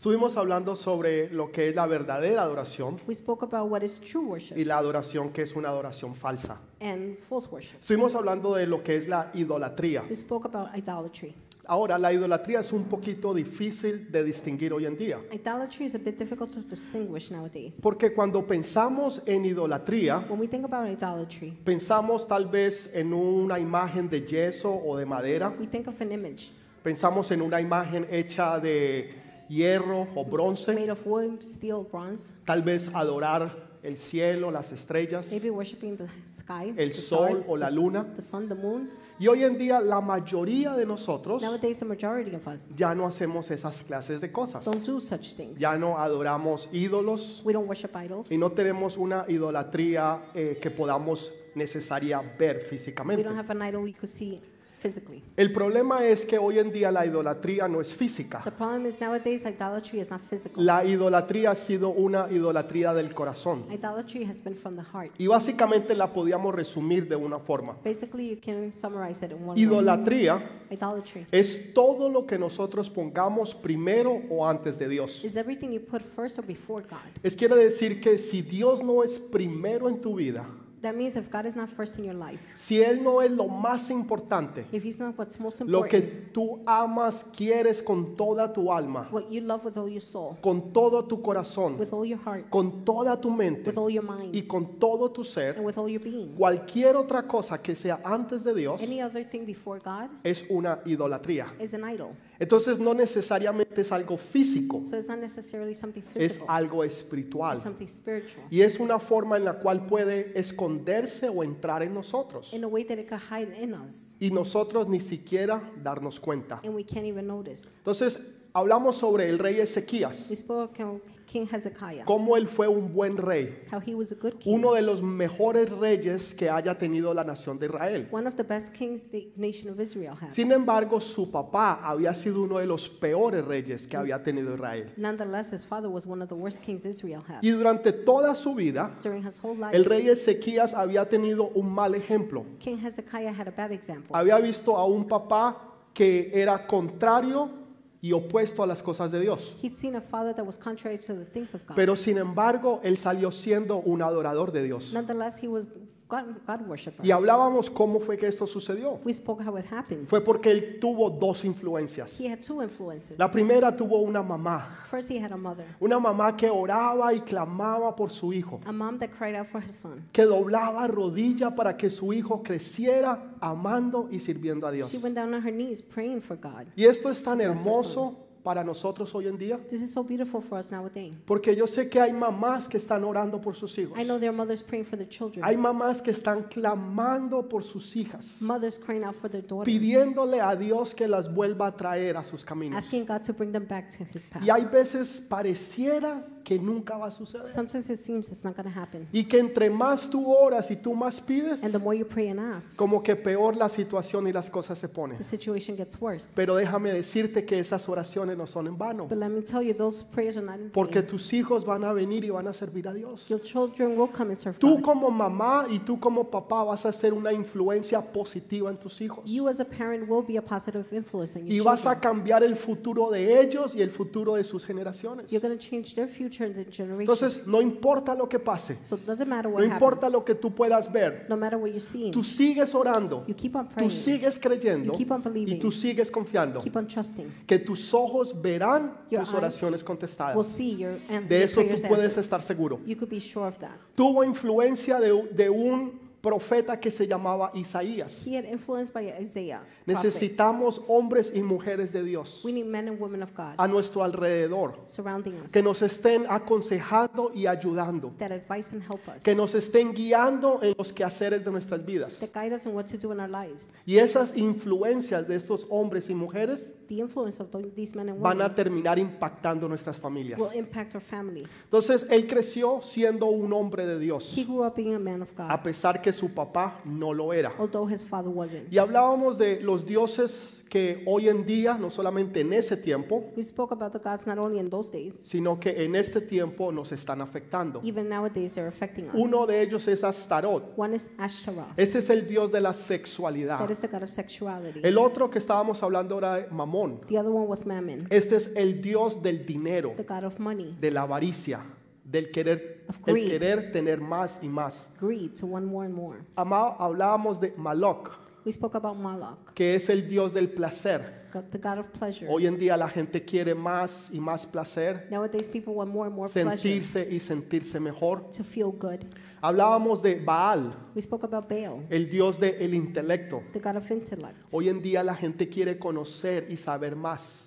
Estuvimos hablando sobre lo que es la verdadera adoración We spoke about what is true worship y la adoración que es una adoración falsa. and false worship. Estuvimos hablando de lo que es la idolatría. We spoke about idolatry. Ahora, la idolatría es un poquito difícil de distinguir hoy en día. Idolatry is a bit difficult to distinguish nowadays. Porque cuando pensamos en idolatría, When we think about idolatry, pensamos tal vez en una imagen de yeso o de madera, we think of an image pensamos en una imagen hecha de hierro o bronce, made of wood, steel, bronze, tal vez adorar el cielo, las estrellas. maybe worshiping the sky, El the sol stars, o la the- luna. the sun, the moon. Y hoy en día la mayoría de nosotros Nowadays, the majority of us ya no hacemos esas clases de cosas. don't do such things. Ya no adoramos ídolos We don't worship idols. y no tenemos una idolatría eh, que podamos necesaria ver We físicamente. don't have an idol we could see physically. El problema es que hoy en día la idolatría no es física. The problem is nowadays idolatry is not physical. La idolatría ha sido una idolatría del corazón. Idolatry has been from the heart. Y básicamente la podíamos resumir de una forma. Basically, you can summarize it in one word. Idolatría Idolatry es todo lo que nosotros pongamos primero o antes de Dios. is everything you put first or before God. Es quiere decir que si Dios no es primero en tu vida, That means if God is not first in your life, si Él no es lo más importante, if He's not what's most lo que important, tú amas, quieres con toda tu alma, what you love with all your soul, con todo tu corazón, with all your heart, con toda tu mente with all your y mind, con todo tu ser, and with all your being, cualquier otra cosa que sea antes de Dios any other thing before God es una idolatría. is an idol. Entonces no necesariamente es algo físico, So it's not necessarily something es physical, algo it's espiritual. something spiritual. Y es una forma en la cual puede esconderse o entrar en nosotros. In a way that it could hide in us, y nosotros ni siquiera darnos cuenta. and we can't even notice. Entonces, hablamos sobre el rey We Ezequías, spoke of King Hezekiah, cómo él fue un buen rey, how he was a good king, uno de los mejores reyes que haya tenido la nación de Israel. one of the best kings the nation of Israel had. Sin embargo, su papá había sido uno de los peores reyes que había tenido Israel. Nonetheless, his father was one of the worst kings Israel had. Y durante toda su vida, During his whole life, el rey Ezequías había tenido un mal ejemplo. King Hezekiah had a bad example. Había visto a un papá que era contrario y opuesto a las cosas de Dios. He'd seen a father that was contrary to the things of God. Pero sin embargo, él salió siendo un adorador de Dios. Nonetheless, he was God, God worshiper. Y hablábamos cómo fue que esto sucedió. We spoke how it happened. Fue porque él tuvo dos influencias. He had two influences. La primera tuvo una mamá, First, he had a mother, una mamá que oraba y clamaba por su hijo, a mom that cried out for his son. que doblaba rodilla para que su hijo creciera amando y sirviendo a Dios. She went down on her knees praying for God. Y esto es tan hermoso para nosotros hoy en día, This is so beautiful for us nowadays. porque yo sé que hay mamás que están orando por sus hijos. I know there are mothers praying for their children, Hay mamás que están clamando por sus hijas. mothers crying out for their daughters, pidiéndole a Dios que las vuelva a traer a sus caminos. asking God to bring them back to his path. Y hay veces pareciera que nunca va a suceder. Sometimes it seems it's not going to happen. Y que entre más tú oras y tú más pides, And the more you pray and ask, como que peor la situación y las cosas se ponen. the situation gets worse. Pero déjame decirte que esas oraciones no son en vano, But let me tell you, those prayers are not in porque vain. tus hijos van a venir y van a servir a Dios. Your children will come and serve Tú God. como mamá y tú como papá vas a ser una influencia positiva en tus hijos. You as a parent will be a positive influence on Y your vas a children. cambiar el futuro de ellos y el futuro de sus generaciones. You're going to change their future and their generation. Entonces, no importa lo que pase, So it doesn't matter no what importa happens. lo que tú puedas ver, No matter what you're seeing, tú sigues orando, you keep on tú praying. sigues creyendo You keep on believing. y tú sigues confiando Keep on trusting. que tus ojos verán Your tus oraciones eyes We'll contestadas. see your, and Ah, De your eso prayers tú puedes answered. estar seguro. You could be sure of that. Tuvo influencia de, de un profeta que se llamaba Isaías. He had influenced by Isaiah. prophet. Necesitamos hombres y mujeres de Dios We need men and women of God a nuestro alrededor surrounding us Ah, que nos estén aconsejando y ayudando, that advise and help us, que nos estén guiando en los quehaceres de nuestras vidas. that guide us in what to do in our lives. Y esas influencias de estos hombres y mujeres The influence of tho- these men and van a women terminar impactando nuestras familias. will impact our family. Entonces, él creció siendo un hombre de Dios, He grew up being a man of a God, pesar que que su papá no lo era. although his father wasn't. Y hablábamos de los dioses que hoy en día, no solamente en ese tiempo, We spoke about the gods not only in those days, sino que en este tiempo nos están afectando. even nowadays they're affecting us. Uno de ellos es Astarot. One is Ashtaroth, Este es el dios de la that sexualidad. is the god of sexuality. El otro que estábamos hablando ahora es Mamón. The other one was Mammon, Este es el dios del dinero, the god of money, de la avaricia, del querer, Of del greed. querer tener más y más. greed to one more and more. Ama- Hablábamos de Malok, We spoke about Moloch, que es el dios del placer. God- the god of pleasure. Hoy en día la gente quiere más y más placer, Nowadays people want more and more pleasure sentirse y sentirse mejor. to feel good. Hablábamos de Baal, We spoke about Baal, el dios del intelecto. the god of intellect. Hoy en día la gente quiere conocer y saber más.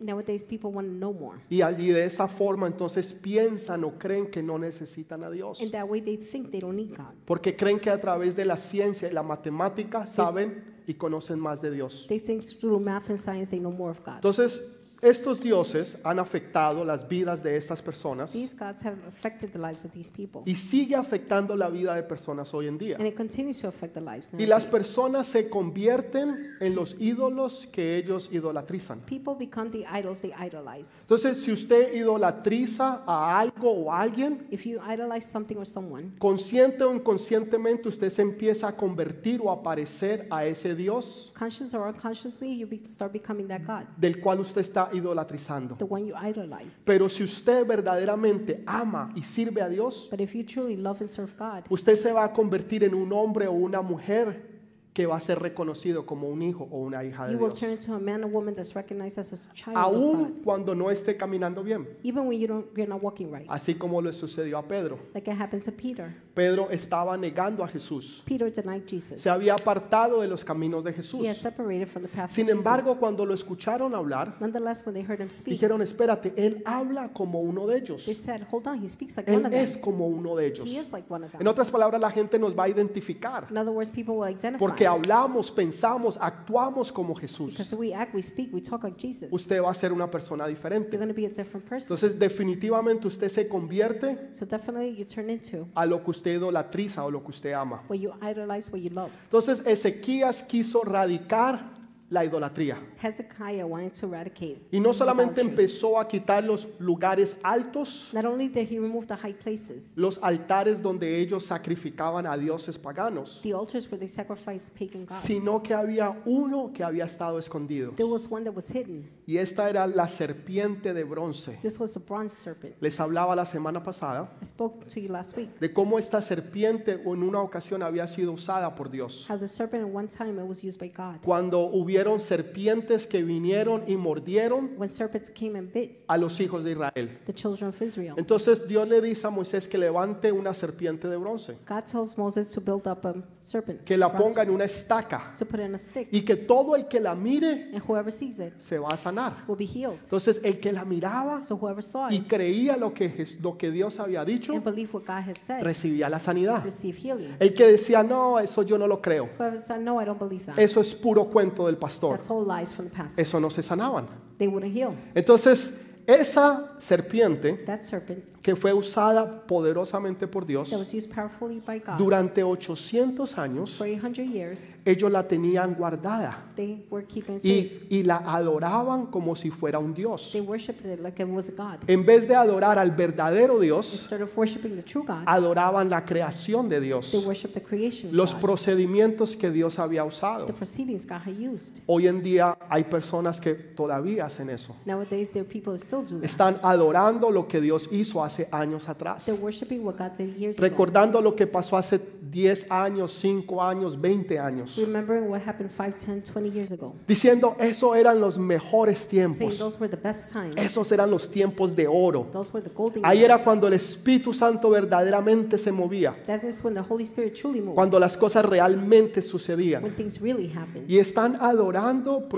Nowadays people want to know more. Y allí de esa forma entonces piensan o creen que no necesitan a Dios. And that way they think they don't need God. Porque creen que a través de la ciencia y la matemática saben y conocen más de Dios. They think through math and science they know more of God. Entonces, estos dioses han afectado las vidas de estas personas These gods have affected the lives of these people. y sigue afectando la vida de personas hoy en día. And it continues to affect their lives. Y las nowadays. personas se convierten en los ídolos que ellos idolatrizan. People become the idols they idolize. Entonces, si usted idolatriza a algo o a alguien, If you idolize something or someone, consciente o inconscientemente usted se empieza a convertir o a parecer a ese Dios conscious or unconsciously, you be- start becoming that God, del cual usted está idolatrizando. the one you idolize. Pero si usted verdaderamente ama y sirve a Dios, But if you truly love and serve God, usted se va a convertir en un hombre o una mujer que va a ser reconocido como un hijo o una hija de you will Dios. turn into a man or woman that's recognized as a s- child of God, Aún cuando no esté caminando bien, even when you don't, you're not walking right. así como le sucedió a Pedro. Like it happened to Peter. Pedro estaba negando a Jesús. Peter denied Jesus. Se había apartado de los caminos de Jesús. He had separated from the path of Sin Jesus. embargo, cuando lo escucharon hablar, Nonetheless, when they heard him speak, dijeron, espérate, él habla como uno de ellos. they said, "Hold on, he speaks like one Él of them. es como uno de He ellos. is like one of En them." otras palabras, la gente nos va a identificar. In other words, people will identify Porque hablamos, pensamos, actuamos como Jesús. because we act, we speak, we talk like Jesus. Usted va a ser una persona You're diferente. going to be a different person. Entonces, definitivamente usted se convierte So definitely, you turn into a lo que usted idolatriza o lo que usted ama. what you idolize, what you love. Entonces, Ezequías quiso radicar la idolatría. Hezekiah wanted to eradicate. Y no solamente idolatry. empezó a quitar los lugares altos, Not only did he remove the high places, los altares donde ellos sacrificaban a dioses paganos, the altars where they sacrificed pagan gods. sino que había uno que había estado escondido. There was one that was hidden. Y esta era la serpiente de bronce. This was a bronze serpent. Les hablaba la semana pasada I spoke to you last week. de cómo esta serpiente en una ocasión había sido usada por Dios. How the serpent at one time it was used by God. Cuando hubieron serpientes que vinieron y mordieron When serpents came and bit a los hijos de Israel. the children of Israel, Entonces Dios le dice a Moisés que levante una serpiente de bronce, God tells Moses to build up a serpent, que la bronze ponga en una estaca serpent, to put in a stick, y que todo el que la mire and whoever sees it se va a sanar. will be healed. Entonces el que la miraba So whoever saw y it creía lo que, Jes- lo que Dios había dicho, and believed what God has said recibía la sanidad. receive healing. El que decía, no, eso yo no lo creo. Whoever said no, I don't believe that. Eso es puro cuento del pastor. That's all lies from the past. Eso no se sanaban. They wouldn't heal. Entonces, esa serpiente That serpent que fue usada poderosamente por Dios, that was used powerfully by God durante 800 años, for 800 years, ellos la tenían guardada they were keeping safe. y, y la adoraban como si fuera un Dios. They worshipped it like it was a God. En vez de adorar al verdadero Dios, Instead of worshiping the true God, adoraban la creación de they Dios, worshiped the creation of los God, procedimientos que Dios había the usado. proceedings God had used. Hoy en día hay personas que todavía hacen eso. Nowadays, there are people that still do that. Están adorando lo que Dios hizo hace años atrás. They're worshiping what God did years ago. recordando lo que pasó hace 10 años, 5 años, 20 años, Remembering what happened 5, 10, 20 years ago. diciendo eso eran los mejores Saying tiempos, those were the best times. esos eran los tiempos de oro. Those were the golden Ahí years. era cuando el Espíritu Santo verdaderamente se movía, That is when the Holy Spirit truly moved. cuando las cosas realmente When sucedían. things really happened. Y están adorando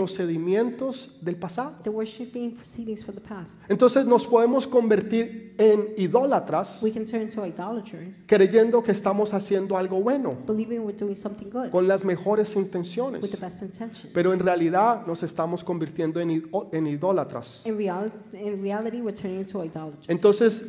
procedimientos del pasado. They're worshiping proceedings from the past. Entonces nos podemos convertir en idólatras We can turn into idolaters, creyendo que estamos haciendo algo bueno, believing we're doing something good con las mejores with the intenciones. best intentions. Pero en realidad nos estamos convirtiendo en, id- en idólatras. in, real, in reality, we're turning into idolaters. Entonces,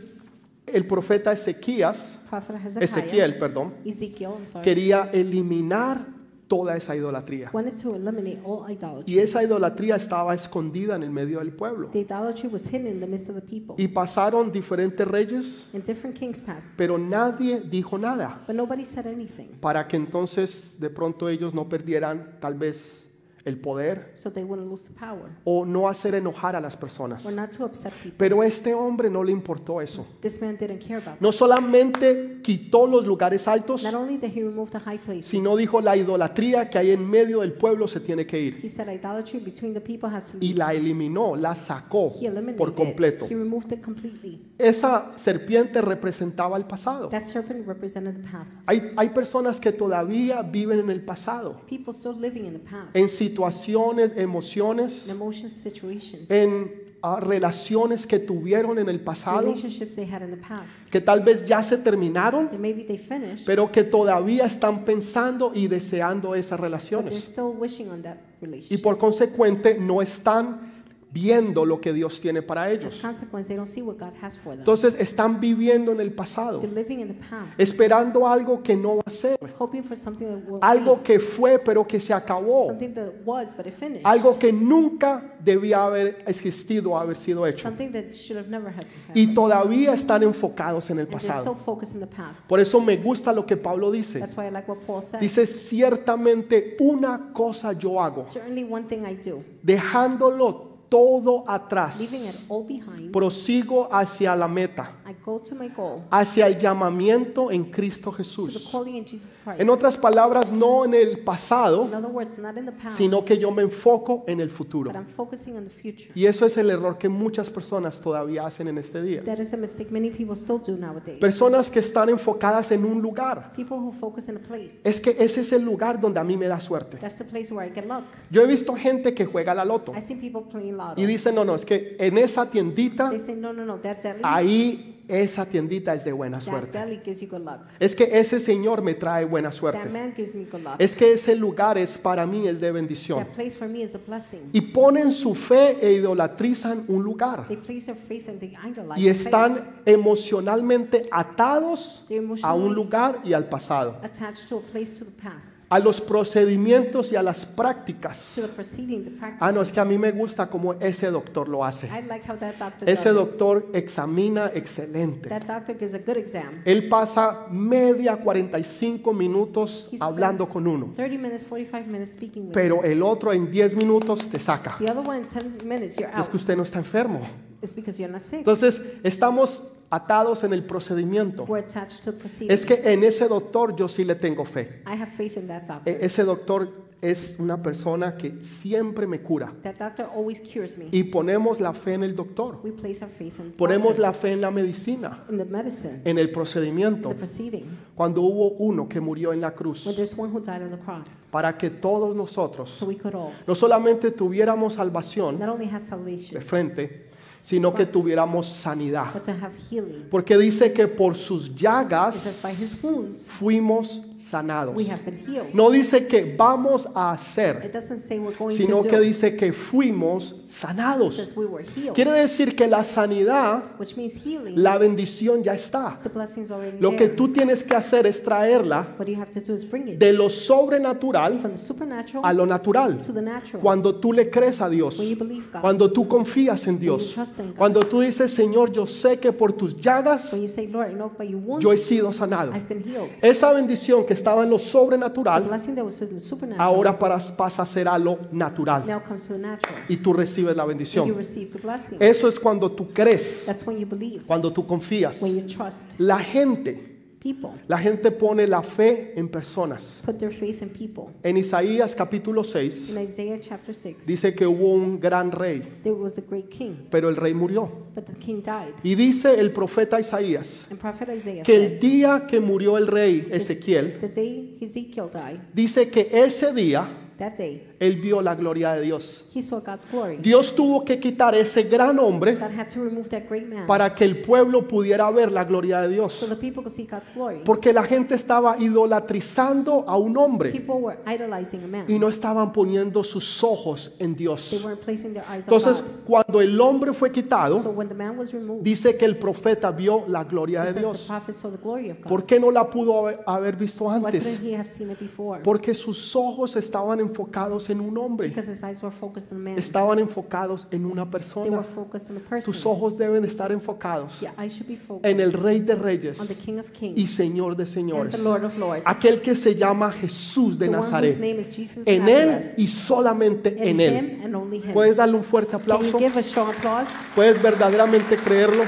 el profeta Ezequías, Prophet Hezekiah, Ezequiel, perdón, Ezekiel, I'm sorry, quería eliminar toda esa idolatría. wanted to eliminate all Y idolatry. esa idolatría estaba escondida en el medio del pueblo. The idolatry was hidden in the midst of the people. Y pasaron diferentes reyes, And different kings passed, pero nadie dijo nada but nobody said anything. para que entonces de pronto ellos no perdieran tal vez el poder So they wouldn't lose the power. o no hacer enojar a las personas. Or not to upset people. Pero este hombre no le importó eso. This man didn't care about No solamente quitó los lugares altos, Not only did he remove the high places, sino dijo la idolatría que hay en medio del pueblo se tiene que ir. he said idolatry between the people has to Y leave. la eliminó, la sacó He eliminated por completo. it. He removed it completely. Esa serpiente representaba el pasado. That serpent represented the past. Hay, hay personas que todavía viven en el pasado, People still living in the past. en situaciones, in emociones, emotions, situations, en ah, relaciones que tuvieron en el pasado, relationships they had in the past. que tal vez ya se terminaron, That maybe they finished, pero que todavía están pensando y deseando esas but they're relaciones. still wishing on that Y relationship. por consecuente no están viendo lo que Dios tiene para As ellos. a consequence, they don't see what God has for them. Entonces están viviendo en el pasado, they're living in the past, esperando algo que no va a ser, hoping for something that will algo be, que fue pero que se acabó. something that was but it finished, algo que nunca debía haber existido o haber sido hecho. something that should have never had Y happened. todavía están enfocados en el and they're still pasado. focused in the past. Por eso me gusta lo que Pablo dice. That's why I like what Paul said. Dice, ciertamente una cosa yo hago, Certainly, one thing I do, dejándolo todo leaving it atrás, all behind, prosigo hacia la meta, I go to my goal, hacia el llamamiento en Cristo to the Jesús. calling in Jesus Christ. En otras palabras, no en el pasado, in other words, not in the past, sino que yo me enfoco en el futuro. but I'm focusing on the future. Y eso es el error que muchas personas todavía hacen en este día. That is a mistake many people still do nowadays. Personas que están enfocadas en un lugar. people who focus in a place. Es que ese es el lugar donde a mí me da suerte. That's the place where I get luck. Yo he visto gente que juega la loto I see people playing lotto. y dice, no, no, es que en esa tiendita, They say, no, no, no, that deli, ahí esa tiendita es de buena that suerte. deli gives you good luck. Es que ese señor me trae buena That suerte. man gives me good luck. Es que ese lugar es para mí es de bendición. that place for me is a blessing. Y ponen su fe e idolatrizan un lugar. They place their faith and they idolize Y the place. están emocionalmente atados They're a un emotionally lugar y al pasado. attached to a place to the past, A los procedimientos y a las prácticas. to the proceeding, the practice. Ah, no, es que a mí me gusta cómo ese doctor lo hace. I like how that doctor Ese does it. doctor examina excelente. That doctor gives a good exam. Él pasa media 45 minutos He hablando spends con uno, 30 minutes, 45 minutes speaking with pero el otro en 10 minutos te saca. you. The other one, 10 minutes, you're Es out. que usted no está enfermo. It's because you're not sick. Entonces, estamos atados en el procedimiento. We're attached to a proceeding. Es que en ese doctor yo sí le tengo fe. I have faith in that doctor. E- ese doctor es una persona que siempre me cura. That doctor always cures me. Y ponemos la fe en el doctor. We place our faith in the Ponemos doctor, la fe en la medicina, in the medicine, en el the procedimiento. proceedings. cuando hubo uno que murió en la When cruz there's one who died on the cross, para que todos nosotros so we could all no solamente tuviéramos salvación not only have de salvation, frente, sino que tuviéramos sanidad. but to have healing. Porque dice que por sus It says, by llagas His wounds fuimos sanados. we have been healed. No dice que vamos a hacer, It doesn't say we're going sino to que do. It dice que fuimos sanados. says we were healed, Quiere decir que la sanidad, which means healing. la bendición ya está. The blessings already Lo que there. tú tienes que hacer es traerla What you have to do is bring it de lo sobrenatural from the supernatural a lo natural. to the natural. Cuando tú le crees a Dios, when you believe God, cuando tú confías en when you Dios, trust in God, cuando tú dices, Señor, yo sé que por tus llagas when you say, Lord, I know by your wounds yo he sido sanado. I've been healed. Esa bendición que estaba en lo The sobrenatural blessing that was in the supernatural ahora pas- pasa a ser a lo natural now comes to the natural. y tú recibes la And you bendición. receive the blessing. Eso es cuando tú crees, That's when you believe, cuando tú confías. when you trust La gente, people, la gente pone la fe en personas. put their faith in people. En Isaías capítulo 6 In Isaiah chapter 6, dice que hubo un gran rey, there was a great king, pero el rey murió. but the king died. Y dice el profeta Isaías And prophet Isaiah que el says, día que murió el rey Ezequiel, the day Ezekiel died, dice que ese día That day, Él vio la gloria de Dios. he saw God's glory. Dios tuvo que quitar ese gran hombre God had to remove that great man para que el pueblo pudiera ver la gloria de so Dios. the people could see God's glory. Porque la gente estaba idolatrizando a un hombre People were idolizing a man. y no estaban poniendo sus ojos en They Dios. weren't placing their eyes on Entonces, God. cuando el hombre fue So quitado, when the man was removed, dice que el profeta vio la gloria it de says the Dios. prophet saw the glory of God. ¿Por qué no la pudo haber- haber visto Why antes? couldn't he have seen it before? Porque sus ojos estaban enfocados en un hombre, Because his eyes were focused on the man. estaban enfocados en una They persona. were focused on the Tus person. ojos deben estar enfocados Yeah, I should be en el focused Rey de on the Reyes King of y Kings Señor de and the Señores, Lord of Lords. aquel que se llama Jesús de The one whose Nazaret. name is Jesus of En Nazareth. Él y solamente In en Él. him and only him. ¿Puedes darle un fuerte Can you aplauso? give a strong applause? ¿Puedes verdaderamente creerlo?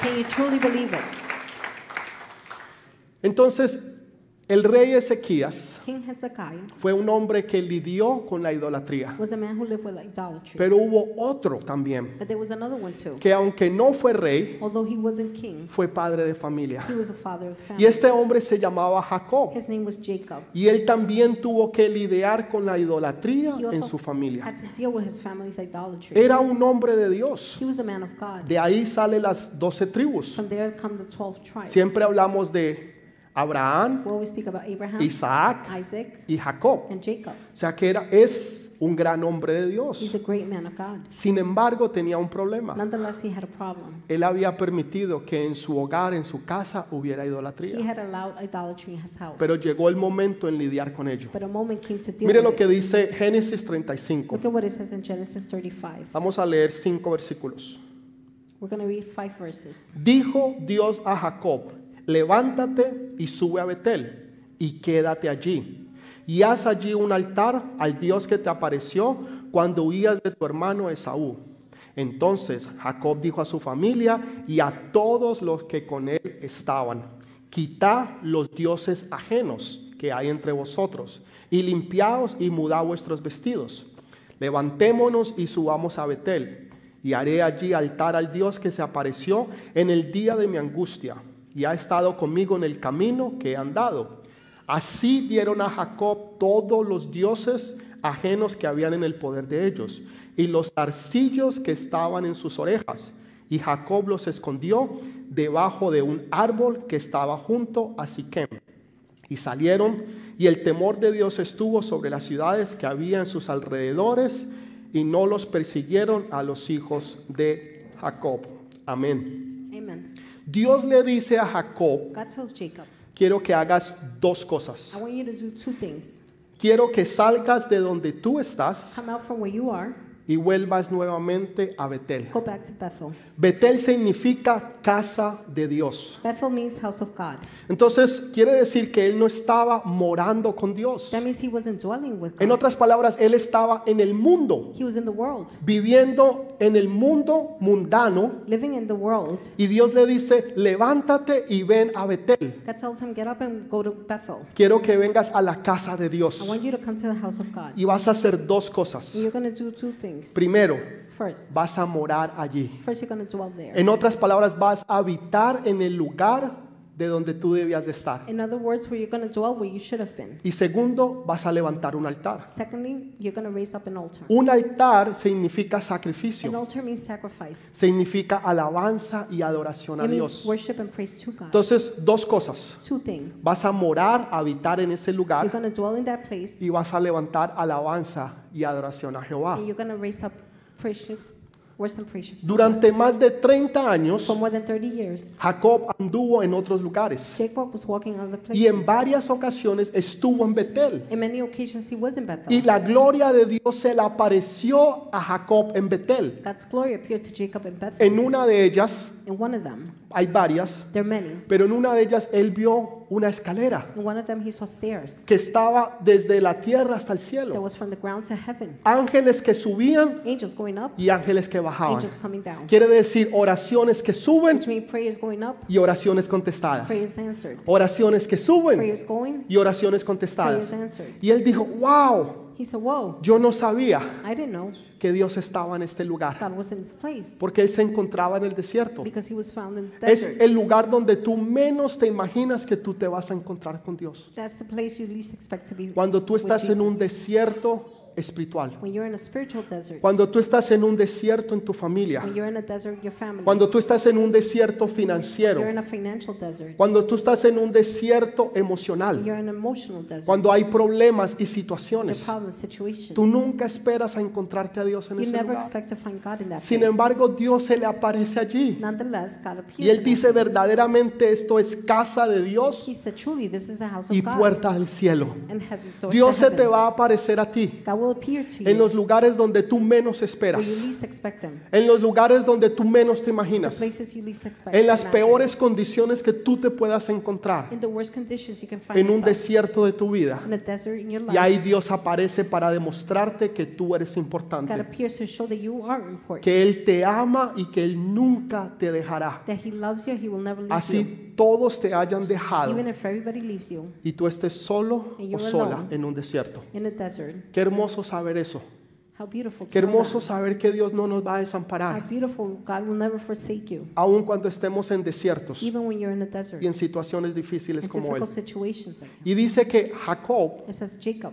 Can you truly believe it? Entonces, el rey Ezequías King Hezekiah fue un hombre que lidió con la idolatría, was a man who lived with idolatry. pero hubo otro también, But there was another one too. que aunque no fue rey, Although he wasn't king, fue padre de familia. he was a father of Y family. este hombre se llamaba Jacob. His name was Jacob. Y él también tuvo que lidiar con la idolatría He also en su familia. had to deal with his family's idolatry. Era un hombre de Dios. He was a man of God. De ahí salen las doce tribus. From there come the 12 tribes. We Siempre hablamos de Abraham, always speak about Abraham, Isaac Isaac, y Jacob. and Jacob. O sea que era, es un gran hombre de He's Dios. a great man of God. Sin embargo, tenía un problema. Nonetheless, he had a problem. Él había permitido que en su hogar, en su casa, hubiera He idolatría. had allowed idolatry in his house. Pero llegó el momento en lidiar con ello. But a moment came to deal Mire with lo que it. dice Génesis 35. Look at what it says in Genesis 35. Vamos a leer cinco versículos. We're going to read five verses. Dijo Dios a Jacob, levántate y sube a Betel y quédate allí. Y haz allí un altar al Dios que te apareció cuando huías de tu hermano Esaú. Entonces Jacob dijo a su familia y a todos los que con él estaban, quitad los dioses ajenos que hay entre vosotros y limpiaos y mudad vuestros vestidos. Levantémonos y subamos a Betel y haré allí altar al Dios que se apareció en el día de mi angustia y ha estado conmigo en el camino que he andado. Así dieron a Jacob todos los dioses ajenos que habían en el poder de ellos y los arcillos que estaban en sus orejas. Y Jacob los escondió debajo de un árbol que estaba junto a Siquem. Y salieron, y el temor de Dios estuvo sobre las ciudades que había en sus alrededores, y no los persiguieron a los hijos de Jacob. Amén. Amen. Dios le dice a Jacob, God tells Jacob, quiero que hagas dos I cosas. want you to do two things. Quiero que salgas de donde tú estás Come out from where you are, y vuelvas nuevamente a Betel. go back to Bethel. Betel significa casa de Dios. Bethel means house of God. Entonces quiere decir que él no estaba morando con Dios. That means he wasn't dwelling with En God. otras palabras, él estaba en el mundo. He was in the world, viviendo en el mundo mundano living in the world. y Dios le dice, levántate y ven a Betel. God tells him, get up and go to Bethel. Quiero que vengas a la casa de I Dios want you to come to the house of God. y vas a hacer dos cosas. And you're going to do two things. Primero, First, vas a morar allí. first you're going to dwell there. En otras palabras, vas a habitar en el lugar de donde tú debías de estar. In other words, where you're going to dwell where you should have been. Y segundo, vas a levantar un altar. Secondly, you're going to raise up an altar. Un altar significa An sacrificio, altar means sacrifice. significa alabanza y adoración a It means Dios. worship and praise to God. Entonces, dos cosas. Two things. Vas a morar, habitar en ese lugar You're going to dwell in that place y vas a levantar alabanza y adoración a Jehová. and you're going to raise up worship, worship, worship. Durante más de 30 años, For more than 30 years, Jacob anduvo en otros lugares Jacob was walking other places. y en varias ocasiones estuvo en Betel. In many occasions, he was in Y Bethel. la gloria de Dios se le apareció a Jacob en Betel. God's glory appeared to Jacob in Bethel. En una de ellas, In one of them, hay varias, there are many. pero en una de ellas él vio una escalera In one of them, he saw stairs que estaba desde la tierra hasta el that cielo. was from the ground to heaven. Ángeles que subían Angels going up, y ángeles que bajaban. angels coming down. Quiere decir oraciones que suben Which means prayers going up, y oraciones contestadas. prayers answered. Oraciones que suben Prayers going, y oraciones prayers contestadas. answered. Y él dijo, wow, He said, Whoa, Yo no sabía I didn't know que Dios estaba en este lugar, God was in this place porque Él se encontraba en el desierto. because he was found in the Es desert. el lugar donde tú menos te imaginas que tú te vas a encontrar con Dios. That's the place you least expect to be. Cuando tú with estás en un Jesus. desierto espiritual, When you're in a spiritual desert, cuando tú estás en un desierto en tu familia, when you're in a desert, your family, cuando tú estás en un desierto you're financiero, in a financial desert, cuando tú estás en un desierto emocional, you're in an emotional desert, cuando hay problemas y your situaciones, problem situations. tú nunca esperas a encontrarte a Dios en You ese never lugar. expect to find God in that Sin place. embargo, Dios se le aparece allí Nonetheless, God appears. y él in dice that place. verdaderamente esto es casa de Dios He said, Truly, this is the house of y God puerta al cielo. and heaven. doors to Dios se heaven. te va a aparecer a ti God will appear to you en los lugares donde tú menos where esperas, you least expect Him, en los lugares donde tú menos te imaginas, places you least expect. en las imagine. peores condiciones que tú te puedas encontrar, in the worst conditions you can find en un yourself, desierto de tu vida. in a desert in your life. Y ahí Dios aparece para demostrarte que tú eres God importante, appears to show that you are important, que Él te ama y que Él nunca te dejará. that He loves you, He will never leave you, Así todos te hayan dejado even if everybody leaves you y tú estés solo And o you're sola alone. en un desierto. in a desert. Qué hermoso saber eso. How beautiful! to Qué know that. hermoso saber que Dios no nos va a How desamparar, beautiful! God will never forsake you, aun cuando estemos en desiertos even when you're in a desert, y en situaciones difíciles in como Él. difficult situations. Like that. Y dice que Jacob It says Jacob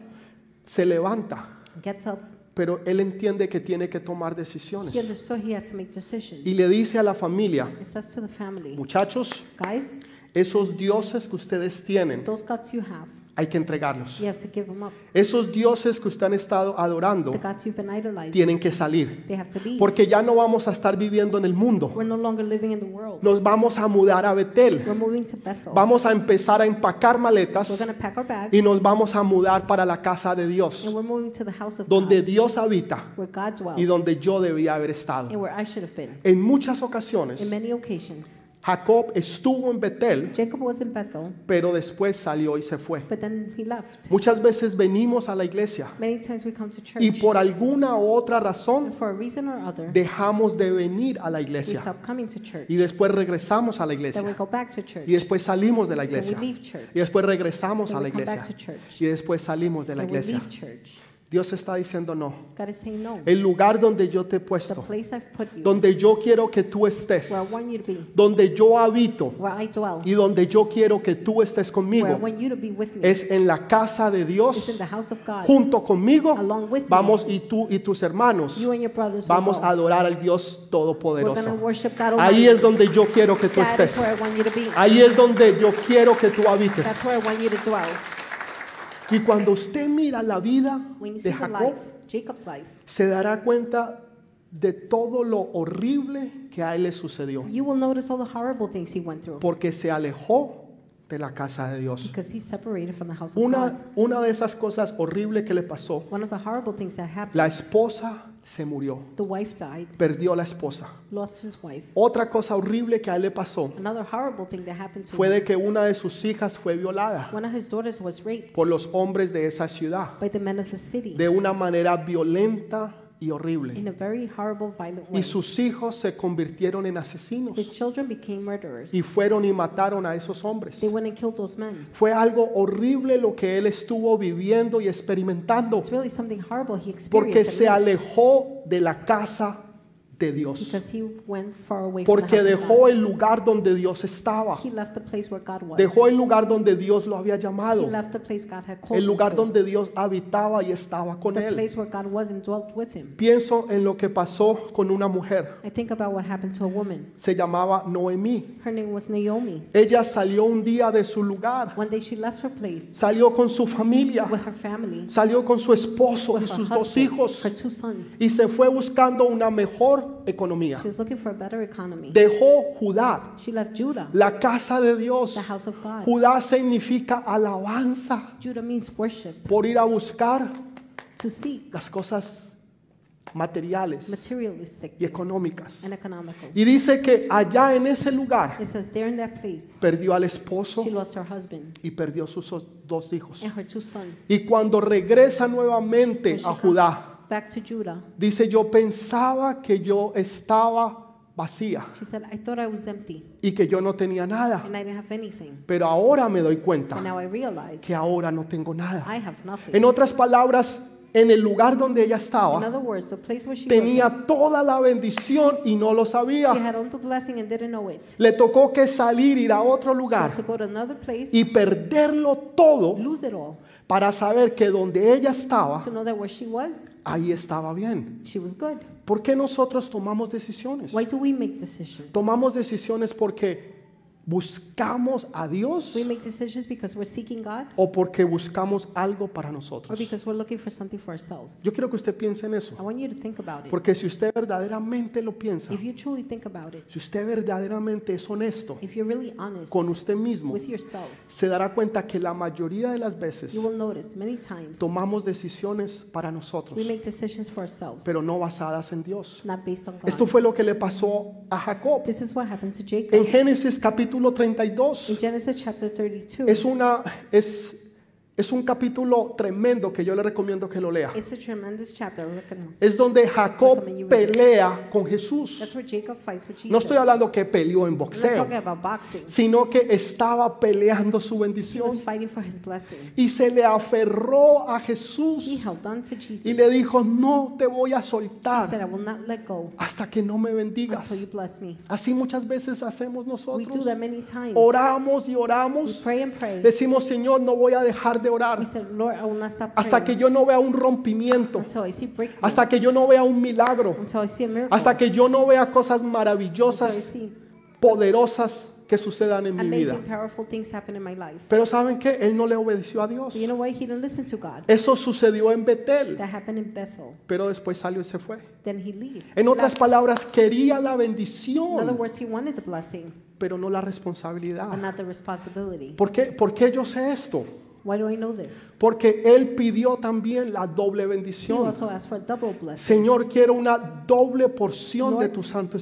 se levanta, gets up. pero él entiende que tiene que tomar He decisiones. understood he had to make decisions. Y le dice a la familia, It says to the family, muchachos, guys, esos dioses que ustedes tienen, those gods you have, hay que entregarlos. you have to give them up. Esos dioses que ustedes han estado adorando, The gods you've been idolizing, tienen que salir. they have to leave. Porque ya no vamos a estar viviendo en el mundo. We're no longer living in the world. Nos vamos a mudar a Betel. We're moving to Bethel. Vamos a empezar a empacar We're maletas going to pack our bags y nos vamos a mudar para la casa de Dios, and we're moving to the house of donde God, Dios habita where God dwells y donde yo debía haber estado. and where I should have been. En muchas ocasiones, In many occasions, Jacob estuvo en Betel, Jacob was in Bethel, pero después salió y se fue. but then he left. Muchas veces venimos a la iglesia Many times we come to church y por alguna u otra razón and for a reason or other, dejamos de venir a la we iglesia stop coming to church. y después regresamos a la Then we iglesia go back to church. y después salimos de la Then we iglesia leave church. y después regresamos Then a la we come back iglesia to church. y después salimos de la Then we iglesia. leave church. Dios está diciendo no. God is saying no. El lugar donde yo te he The puesto, place I've put you, donde yo quiero que tú estés, where I want you to be, donde yo habito where I dwell, y donde yo quiero que tú estés where I conmigo, want you to be with me, es en la casa de is Dios, in the house of God. junto conmigo, Along with me. vamos y tú y tus hermanos, You and your brothers will vamos go. a adorar al Dios We're going to Todopoderoso. worship God Almighty. Ahí es donde yo quiero que tú That is estés. where I want you to be. Ahí es donde yo quiero que tú That's habites. where I want you to dwell. Y cuando usted mira la vida When you see de the Jacob, life, Jacob's life, se dará cuenta de todo lo horrible que a él le sucedió, you will notice all the horrible things he went through porque se alejó de la casa de Dios. because he separated from the house of God. Una, una de esas cosas horribles que le pasó, One of the horrible things that happened, la esposa se murió, the wife died, perdió la esposa. lost his wife. Otra cosa horrible que a él le pasó Another horrible thing that happened to fue him, de que una de sus hijas fue violada one of his daughters was raped por los hombres de esa ciudad by the men of the city de una manera violenta y horrible. in a very horrible, violent way. Y sus hijos se convirtieron en His asesinos children became murderers. y fueron y mataron a esos hombres. They went and killed those men. Fue algo horrible lo que él estuvo viviendo y experimentando It's really something horrible he experienced. porque se at least, alejó de la casa de Dios, because he went far away porque from the house of God. dejó el lugar donde Dios estaba, He left the place where God was. dejó el lugar donde Dios lo había He llamado, left the place God had called el lugar him to, donde Dios habitaba y estaba con the él. place where God was and dwelt with him. Pienso en lo que pasó con una mujer, I think about what happened to a woman. se llamaba Noemí. Her name was Naomi. Ella salió un día de su lugar, One day she left her place salió con su familia, with her family, salió con su esposo y with her sus dos husband, hijos her two sons. y se fue buscando una mejor economía. She was looking for a better economy. Dejó Judá, She left Judah, la casa de Dios. the house of God. Judá significa alabanza Judah means worship, por ir a buscar to seek, las cosas materiales materialistic y things, económicas. and economical. Y dice que allá en ese lugar It says there in that place, perdió al esposo she lost her husband y perdió sus os- dos hijos. and her two sons. Y cuando regresa When nuevamente she a comes Judá, Back to Judah. dice yo pensaba que yo estaba vacía She said, I thought I was empty y que yo no tenía nada. and I didn't have anything. Pero ahora me doy And cuenta now I realize que ahora no tengo nada. I have nothing. En otras palabras, En el lugar donde ella In estaba, other words, the place where she was, tenía toda la bendición y no lo in, she sabía. had all the blessing and didn't know it. Le tocó que salir, ir a otro She had lugar to go to another place, y perderlo todo lose it all, para saber que donde ella estaba, to know that where she was, ahí estaba bien. she was good. ¿Por qué nosotros tomamos decisiones? Why do we make decisions? Tomamos decisiones porque buscamos a Dios We make decisions because we're seeking God o porque buscamos algo para or nosotros. because we're looking for something for ourselves. Yo quiero que usted piense en I eso, want you to think about it. porque si usted verdaderamente lo piensa, If you truly think about it, si usted verdaderamente es honesto if you're really honest con usted mismo, with yourself, se dará cuenta que la mayoría de las veces you will notice many times tomamos decisiones para nosotros, we make decisions for ourselves, pero no basadas en Dios. not based on Esto God. fue lo que le pasó a Jacob. This is what happened to En Jacob Génesis capítulo 32, in Genesis chapter 32. Es una es es un capítulo tremendo que yo le recomiendo que lo lea. It's a tremendous chapter. Look at it. Es donde Jacob pelea con Jesús. That's where Jacob fights with Jesus. No estoy hablando que peleó en I'm not boxeo, talking about boxing. sino que estaba peleando su He was bendición fighting for his blessing. y se le aferró a He Jesús held on to y Jesus. le dijo, "No te voy a He said, soltar I will not let go hasta que no me bendigas." until you bless me. Así muchas veces hacemos We do nosotros. that many times. Oramos y We oramos. pray and pray. Decimos, "Señor, no voy a dejar de orar We said, Lord, I will not stop hasta que praying yo no vea un rompimiento." until I see breakthrough, hasta que yo no vea un milagro, until I see a miracle, hasta que yo no vea cosas until I maravillosas, see poderosas que sucedan en mi vida. amazing, powerful things happen in my life. Pero ¿saben qué? Él no le obedeció a Dios. But you know what? He didn't listen to God. Eso sucedió en Betel, That happened in Bethel. pero después salió y se fue. Then he leave. En otras left. palabras, quería la In other bendición, words, he wanted the blessing pero no la and responsabilidad. not the responsibility. ¿Por qué? ¿Por qué yo sé esto? Why do I know this? Porque él pidió también la doble He bendición. also asked for a double blessing. Señor, quiero una doble porción de tu Santo I want a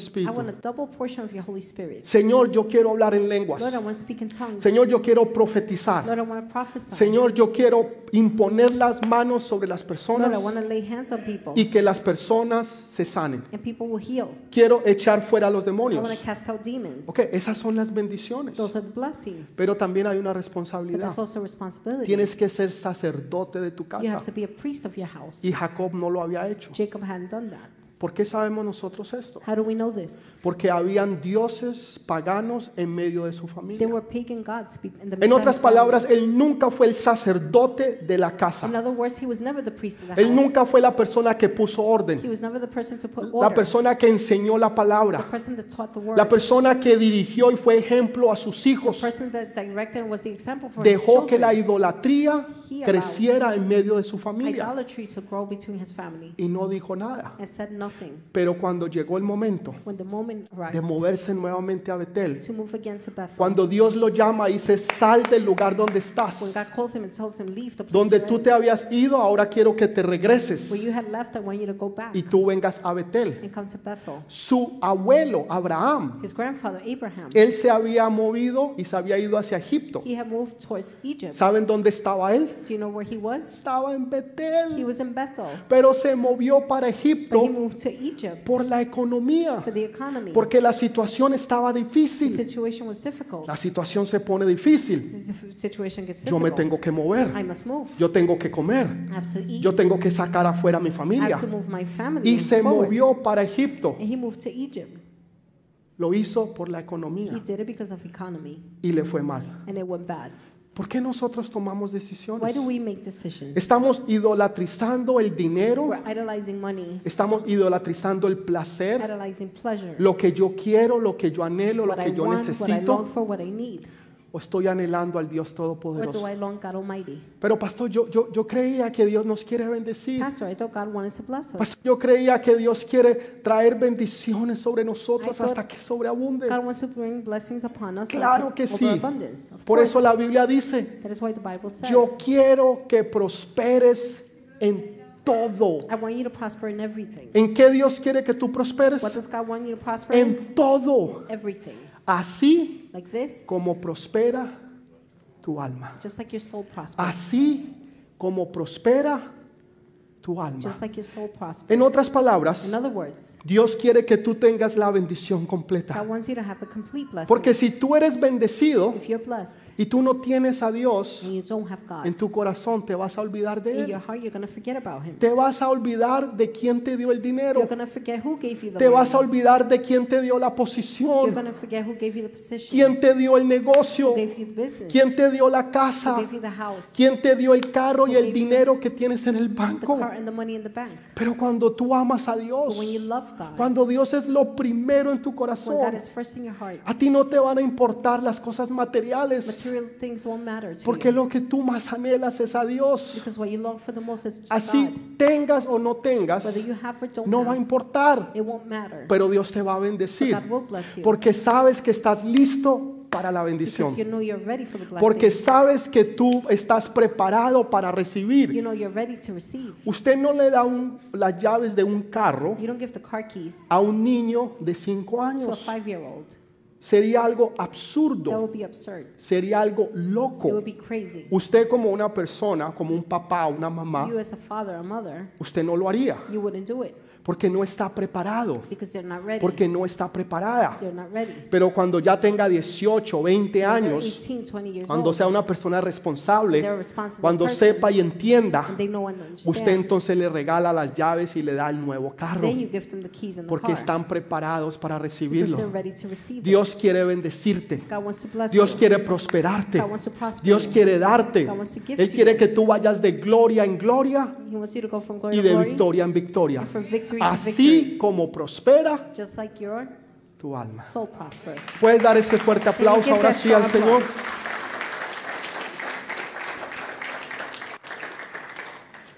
Espíritu. double portion of your Holy Spirit. Señor, yo quiero hablar en lenguas. Lord, I want to speak in tongues. Señor, yo quiero profetizar. Lord, I want to prophesy. Señor, yo quiero imponer las manos sobre las Lord, I personas want to lay hands on people y que las personas se sanen. and people will heal. Quiero echar fuera a los I demonios. want to cast out demons. Ok, esas son las bendiciones. Those are the blessings. Pero también hay una But responsabilidad. there's also responsibility. Tienes que ser sacerdote de tu You casa. have to be a priest of your house. Y Jacob no lo había hecho. Jacob hadn't done that. ¿Por qué sabemos nosotros esto? How do we know this? Porque habían dioses paganos en medio de su There familia. were pagan gods be- in the En midst of otras his family. palabras, él nunca fue el sacerdote de la In casa. other words, he was never the priest of the Él house. nunca fue la persona que puso orden. He was never the person to put La order. persona que enseñó la the palabra. person that taught the word. La persona que dirigió y fue ejemplo a sus the hijos person that directed and was the example for his dejó children. que la idolatría creciera en medio de su familia Idolatry to grow between his family y no dijo nada. and said nothing Pero cuando llegó el momento when the moment de arrived moverse nuevamente a Betel, to move again to Bethel. cuando Dios lo llama y dice, sal del lugar donde when God estás, calls him and tells him, leave the place donde you're tú in. te habías ido, ahora quiero que te where regreses you had left, I want you to go back y tú vengas a Betel. and come to Bethel. Su abuelo, Abraham, His grandfather, Abraham, él se había movido y se había ido hacia Egipto. he had moved towards Egypt. ¿Saben dónde estaba él? Do you know where he was? Estaba en Betel. He was in Bethel, pero se movió para but he Egipto moved to Egypt por la economía, for the economy. porque la situación estaba The difícil. situation was difficult. La situación se pone difícil. The dif- situation gets Yo me difficult. tengo que I mover, must move. yo tengo que comer, I have to eat. yo tengo que sacar afuera a mi I familia. have to move my family Y se forward. movió para Egipto. And he moved to Egypt. Lo hizo por la He economía did it because of economy, y le fue mal. and it went bad. ¿Por qué nosotros tomamos Why decisiones? do we make decisions? Estamos idolatrizando el dinero, We're idolizing money, estamos idolatrizando el placer, idolizing pleasure, lo que yo quiero, lo que yo anhelo, lo what I que yo want, what I necesito. long for, what I need. o estoy anhelando al Dios Or do Todopoderoso. I long God Almighty? Pero pastor, yo, yo, yo creía que Dios nos quiere bendecir. Pastor, I thought God wanted to bless us. Pastor, yo creía que Dios quiere traer bendiciones sobre I nosotros thought- hasta que sobreabunde. God wants to bring blessings upon us. Claro unto- que sí. Overabundance. Of Por course. eso la Biblia dice, That is why the Bible says, yo quiero que prosperes en todo. I want you to prosper in everything. ¿En qué Dios quiere que tú What prosperes? does God want you to prosper in? En todo. Everything. Así Like this, como prospera tu alma. just like your soul prospers. Así como prospera tu alma. just like your soul prospers. En otras palabras, In other words, Dios quiere que tú tengas la bendición completa. God wants you to have the complete blessing. Porque si tú eres bendecido if you're blessed y tú no tienes a Dios and you don't have God, en tu corazón, te vas a olvidar de in Él. your heart you're going to forget about Him. Te vas a olvidar de quién te dio el You're dinero. going to forget who gave you the Te money. vas a olvidar de quién te dio la You're posición, going to forget who gave you the position, quién te dio el negocio, who gave you the business, quién te dio la who casa, gave you the house, quién te dio el carro y el dinero que tienes en el the banco. car, and the money in the bank. Pero cuando tú amas a But Dios, when you love God, cuando Dios es lo primero en tu when God corazón, is first in your heart, a ti no te van a importar las cosas materiales, material things won't matter to porque you. lo que tú más anhelas es a Dios. Because what you long for the most is Así God. tengas o no Whether tengas, you have or don't no va a have, importar, it won't matter. pero Dios te va a But bendecir, God will bless you. porque sabes que estás listo para la bendición, because you know you're ready for the blessing. porque sabes que tú estás preparado para you recibir. know you're ready to receive. Usted no le da un- las llaves de un carro You don't give the car keys a un niño de 5 to a años. five-year-old. Sería algo That would absurdo, be absurd. sería algo It loco. would be crazy. Usted como una persona, como un papá, una mamá, You as a father or mother, usted no lo haría you wouldn't do it porque no está preparado, because they're not ready. porque no está preparada. They're not ready. Pero cuando ya tenga 18, 20 When they're años, 18, 20 years cuando old, sea una persona they're a responsable, responsible cuando person, sepa y entienda, and they know and usted understand, entonces le regala las llaves y le da el nuevo carro then you give them the keys in the porque car están preparados para because they're recibirlo. ready to receive it. Dios quiere bendecirte. God wants to bless Dios you. quiere prosperarte. God wants to prosper Dios you. quiere darte. God wants to give Él to quiere you. que tú vayas de gloria en gloria He wants you to go from glory y to de glory, victoria en victoria. and from victory to victory, Así como prospera just like your tu alma. soul prospers. Puedes dar ese fuerte Can you aplauso give ahora that sí al strong Señor. applause?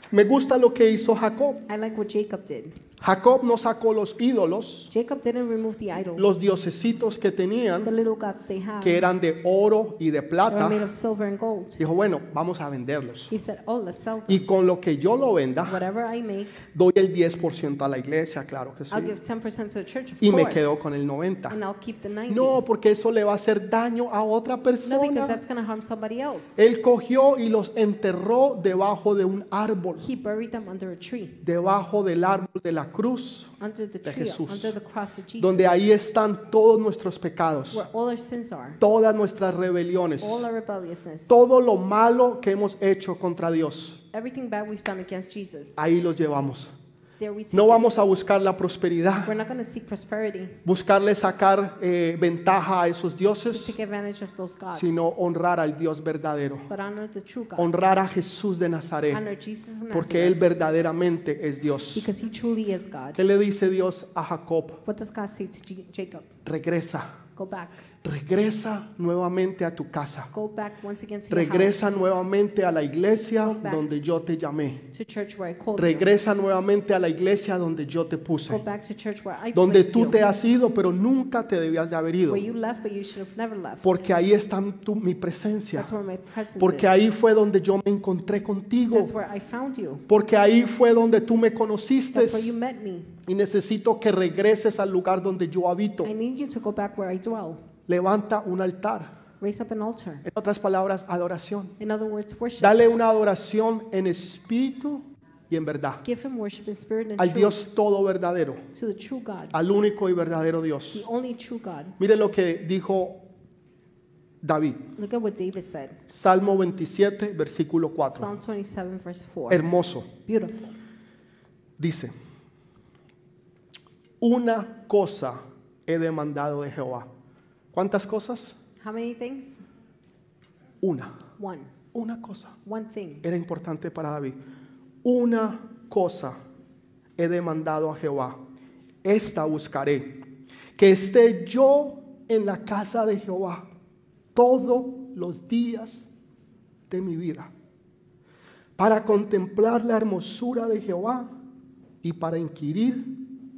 Me gusta lo que hizo Jacob. I like what Jacob did. Jacob no sacó los ídolos, Jacob didn't remove the idols, los diosesitos que the tenían, little gods they had. que eran de oro y de They were plata. made of silver and gold. Dijo, bueno, vamos a venderlos. He said, Oh, let's sell them. Y con lo que yo lo venda, Whatever I make, doy el 10% a la iglesia, claro que sí. I'll give 10% to the church, of Y me Ah, course, quedo con el and 90%. I'll keep the 90. No, porque eso le va a hacer daño a otra no because persona. Eh. that's going to harm somebody else. Él cogió y los enterró debajo de un árbol, He buried them under a tree, debajo del árbol de la cruz, under the De tree, Jesús. under the cross of Jesus, donde ahí están todos nuestros pecados, where all our sins are, todas nuestras rebeliones, all our rebelliousness, todo lo malo que hemos hecho contra Dios. everything bad we've done against Jesus. Ahí los llevamos. There we take No it. vamos a buscar la prosperidad, We're not going to seek prosperity buscarle sacar eh, ventaja a esos to dioses, take advantage of those gods, sino honrar al Dios verdadero, but honor the true God. honrar a Jesús de Nazaret, honor Jesus of porque Él Nazareth verdaderamente es Dios. because he truly is God. ¿Qué le dice Dios a Jacob? What does God say to J- Jacob? Regresa, Go back. regresa nuevamente a tu casa, Go back once again to your regresa nuevamente a la iglesia Go back. donde yo te llamé, house, to church where I called you. regresa nuevamente a la iglesia donde yo te Go puse, back to church where I donde placed tú you. te has ido, pero nunca te debías de haber ido, where you left, but you should have never left. porque ahí está tu- mi presencia, That's where my presence porque is. ahí fue donde yo me encontré contigo, That's where I found you. porque ahí fue donde tú me conociste That's where you met me. y necesito que regreses al lugar donde yo habito. I need you to go back where I dwell. Levanta un altar. Raise up an altar. En otras palabras, adoración. In other words, worship. Dale una adoración en espíritu y en verdad. Give him worship in spirit and Al truth Dios todo verdadero, to the true God, al único y verdadero Dios. the only true God. Mire lo que dijo David. Look at what David said. Salmo 27, versículo 4. Psalm 27, verse 4. Hermoso. Beautiful. Dice, una cosa he demandado de Jehová. ¿Cuántas cosas? How many things? Una. One. Una cosa. One thing. era importante para David. Una cosa he demandado a Jehová, esta buscaré, que esté yo en la casa de Jehová todos los días de mi vida, para contemplar la hermosura de Jehová y para inquirir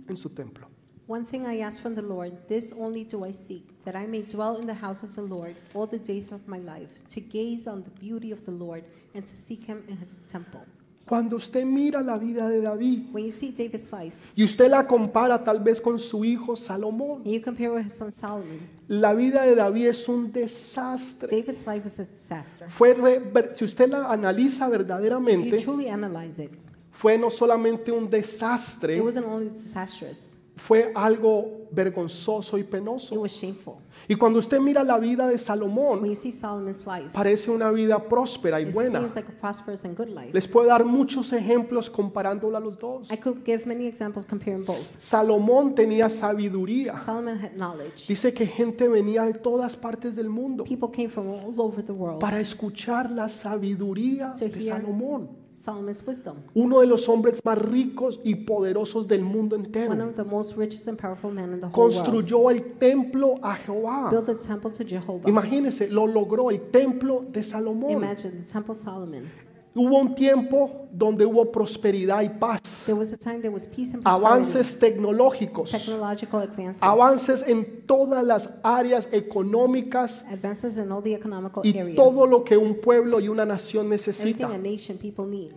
en su templo. One thing I ask from the Lord, this only do I seek, that I may dwell in the house of the Lord all the days of my life, to gaze on the beauty of the Lord and to seek him in his temple. Cuando usted mira la vida de David When you see David's life, y usted la compara tal vez con su hijo Salomón, and you compare with his son Solomon, la vida de David es un desastre. David's life is a disaster. fue re- ver- si usted la analiza If you verdaderamente, truly analyze it, fue no solamente un desastre, It wasn't only disastrous, fue algo vergonzoso y it penoso. was shameful. Y cuando usted mira la vida de When Salomón, you see Solomon's life, parece una vida próspera y it buena. seems like a prosperous and good life. Les puedo dar muchos ejemplos comparándola a los dos. I could give many examples comparing both. Salomón tenía sabiduría. Solomon had knowledge. Dice que gente venía de todas partes del mundo People came from all over the world para escuchar la sabiduría To de hear. Salomón, Solomon's wisdom. uno de los hombres más ricos y poderosos del mundo One entero. of the most richest and powerful men in the whole world. Construyó el templo a Jehová. Built a temple to Jehovah. Imagínense, lo logró el templo de Salomón. Imagine the temple Solomon. Hubo un tiempo donde hubo prosperidad y paz, There was a time there was peace and prosperity, avances tecnológicos, technological advances, avances en todas las áreas económicas advances in all the economical y areas. todo lo que un pueblo y una nación necesita. Everything a nation people need.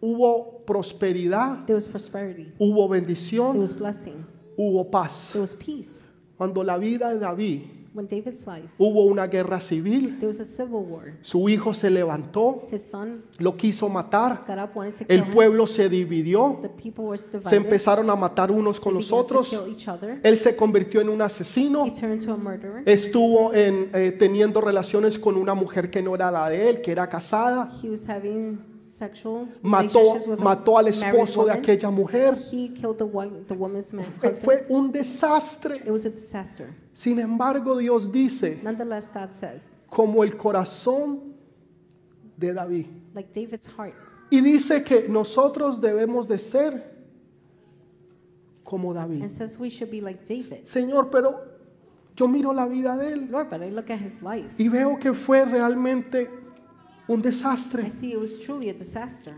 Hubo prosperidad, There was prosperity. hubo There bendición, was blessing. hubo paz. There was peace. Cuando la vida de David When David's life, hubo una guerra civil, there was a civil war. su hijo se levantó, His son lo quiso matar, got up, wanted to kill el him. pueblo se dividió, The people were se divided. empezaron a matar unos con They los began to otros, kill each other. él se convirtió en un asesino, He turned to a murderer. estuvo en, eh, teniendo relaciones con una mujer que no era la de él, que era casada, He was having sexual relationships mató, with a mató al married esposo de woman. aquella mujer. He killed the, one, the woman's man, Eh, husband. Fue un desastre. It was a disaster. Sin embargo, Dios dice, Nonetheless, God says, como el corazón de David. like David's heart, Y dice que nosotros debemos de ser como David. and says we should be like David. Señor, pero yo miro la vida de él Lord, but I look at his life. y veo que fue realmente un I desastre. see it was truly a disaster.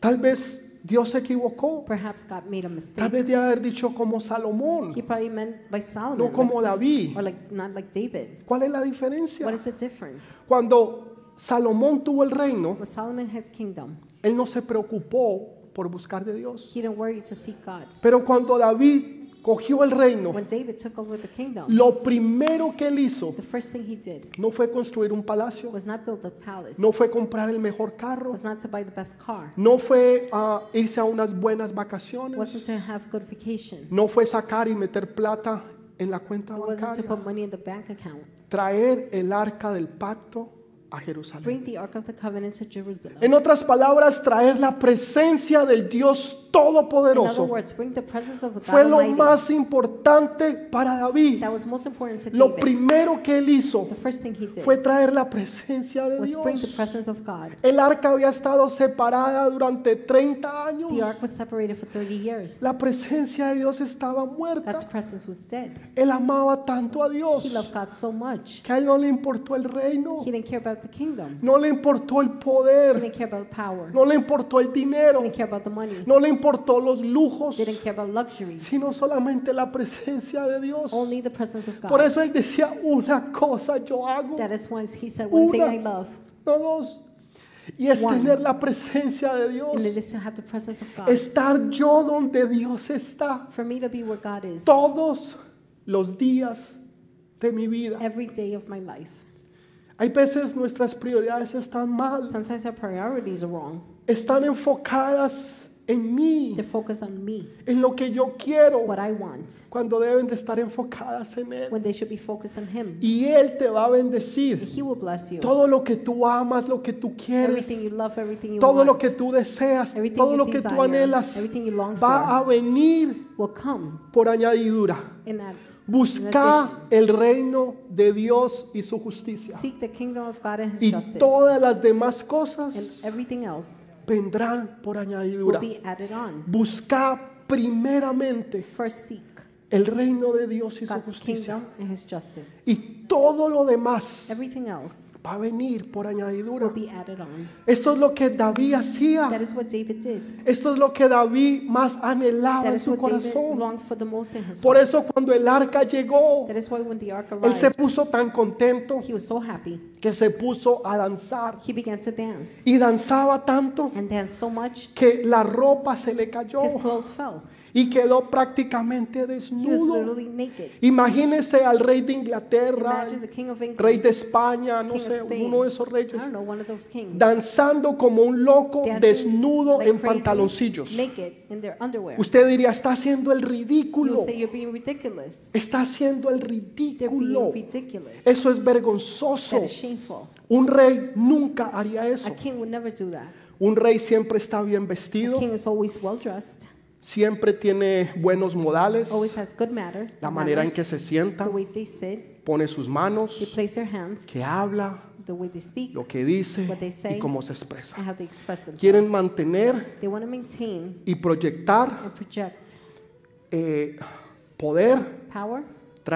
Tal vez Dios se equivocó. Perhaps God made a Tal mistake. vez de haber dicho como Salomón, He probably meant by Solomon, no como like- David. or like not like David. ¿Cuál es la What diferencia? is the difference? Cuando Salomón tuvo el reino, When Solomon had kingdom, él no se preocupó por buscar de Dios. he didn't worry to seek God. Pero cuando David cogió el reino, When David took over the kingdom, lo primero que él hizo the first thing he did no fue construir un palacio, was not build a palace, no fue comprar el mejor carro, was not to buy the best car, no fue ah, irse a unas buenas wasn't vacaciones, to have good vacation, no fue sacar y meter plata en la cuenta wasn't to bancaria, put money in the bank account. traer el arca del pacto a Jerusalén. Bring the Ark of the Covenant to Jerusalem. En otras palabras, traer la presencia del Dios In other Todopoderoso words, bring the presence of the God fue lo Almighty. más importante para David. that was most important to Lo David. primero que él hizo The first thing he did fue traer la presencia de was bring the Dios. presence of God. El arca había estado separada durante 30 años. The ark was separated for 30 years. La presencia de Dios estaba muerta. God's presence was dead. Él amaba tanto a He Dios loved God so much. que a él no le importó el reino, He didn't care about the kingdom. no le importó el He poder, didn't care about power. no le importó el dinero, He didn't care about the money. no le importó los lujos, Didn't care about luxuries. sino solamente la presencia de Dios. Only the presence of Por Oh God. eso él decía, una cosa yo hago, That is why he said, one thing Una. I love, no dos. Y es One. tener la presencia de Dios. and it is to have the presence of God. Estar yo donde Dios está For me to be where God is todos los días de mi vida. every day of my life. Hay veces nuestras prioridades están mal, Sometimes our priorities are wrong. están enfocadas en mí, They're focused on me, en lo que yo quiero, what I want, cuando deben de estar enfocadas en Él. when they should be focused on Him. Y Él te va a And bendecir. He will bless you. Todo lo que tú amas, lo que tú quieres, Everything you love, everything you todo want, lo que tú deseas, everything todo you lo que tú desire, anhelas, everything you long va for a venir will come por añadidura. in that. Busca el reino de Dios y su justicia. Seek the kingdom of God and His Y justice, todas las demás and cosas everything else vendrán por will añadidura. be added on. Busca primeramente First, seek el reino de Dios y su God's justicia. kingdom and His justice. Y todo lo demás Everything else va a venir por will añadidura. be added on. Esto es lo que David That hacía. is what David did. Esto es lo que David más anhelaba That en is Ah, su what David corazón. longed for the most in his Por life. eso cuando el arca llegó, That is why when the ark él se arrived, puso tan contento he was so happy. que se puso a danzar. He began to dance Y danzaba tanto and danced so much que la ropa se le cayó. his clothes fell. y quedó prácticamente He was desnudo. literally naked. Imagínese al rey de Inglaterra, Imagine the king of rey England, de España, no King of sé, Spain. uno de esos I reyes, don't know, one of those kings, danzando como un loco, dancing desnudo like en crazy, pantaloncillos. naked in their underwear. Usted diría, está haciendo el You ridículo, say you're being ridiculous. está haciendo el They're being ridículo. ridiculous. Eso es That vergonzoso. is shameful. Un rey nunca haría A eso. king would never do that. Un rey siempre está bien vestido, King is always well dressed, siempre tiene buenos modales, always has good manner. la manera en que manners, se sienta, the way they sit, pone sus they manos, place their hands, que habla, the way they speak, lo que dice What they say. y cómo se expresa. and how they express Quieren themselves. mantener They want to maintain y proyectar and project eh, poder, power,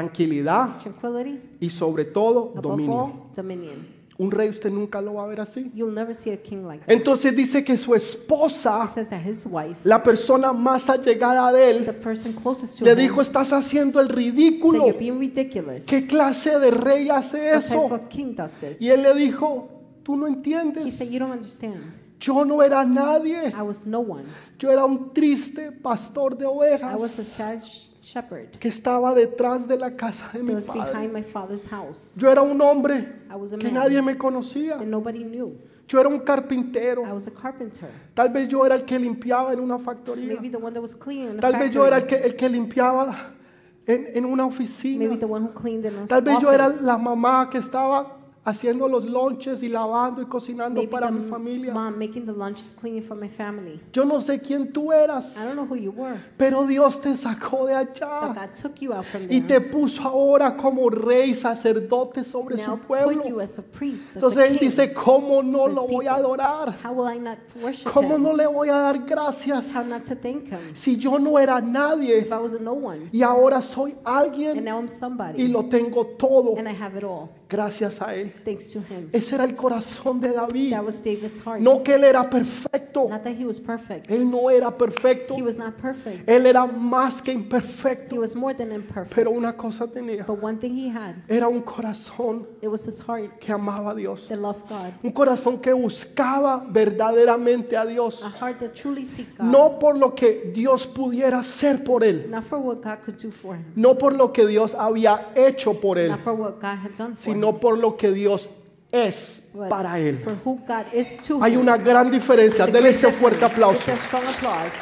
tranquilidad tranquility, y sobre todo above dominio. all, dominion. Un rey usted nunca lo va a ver así. You'll never see a king like that. Entonces dice que su It esposa, says that his wife, la persona más allegada de the él, person closest to le him, dijo, estás haciendo el said, ridículo. "You're being ridiculous. ¿Qué clase de rey hace What type eso? of king does this?" Y él le dijo, tú no He said, entiendes. "You don't understand. Yo no era nadie. I was no one. Yo era un triste pastor de I was a ovejas sad sh- shepherd que estaba detrás de la casa de that mi was padre. behind my father's house. Yo era un hombre I was a que man nadie me conocía. that nobody knew. Yo era un carpintero. I was a carpenter. Tal vez yo era el que limpiaba en una factoría. Maybe the one that was cleaning. in a Tal vez yo era el factory. que, el que limpiaba en, en una oficina. Maybe the one who cleaned in an Tal vez yo era office. la mamá que estaba haciendo los lonches y lavando y cocinando Maybe para the mi familia. mom making the lunches, cleaning for my family. Yo no sé quién tú eras, I don't know who you were, pero Dios te sacó de but allá God took you out from Ah. y te there. puso ahora como rey sacerdote sobre Now su put pueblo. you as a priest, as Entonces a él king. dice, ¿cómo no for his lo voy a people. adorar? How will I not worship ¿Cómo him? no le voy a dar gracias? How not to thank him? Si yo no era nadie If I was a no one, y ahora soy and alguien now I'm y somebody, lo tengo todo and I have it all, gracias a él. thanks to him. Ese era el corazón de David. That was David's heart. No que él era perfecto. Not that he was perfect. Él no era perfecto. He was not perfect. Él era más que imperfecto. He was more than imperfect. Pero una cosa tenía. But one thing he had, Era un corazón it was his heart que amaba a Dios. that loved God. Un corazón que buscaba verdaderamente a Dios. A heart that truly seek God. No por lo que Dios pudiera hacer por él. Not for what God could do for him. No por lo que Dios había hecho por él. Not for what God had done for him. Sino por lo que Dios es But para él. For who God is to Hay him. una gran diferencia. There's a Dele great ese fuerte difference. aplauso. Give a strong applause.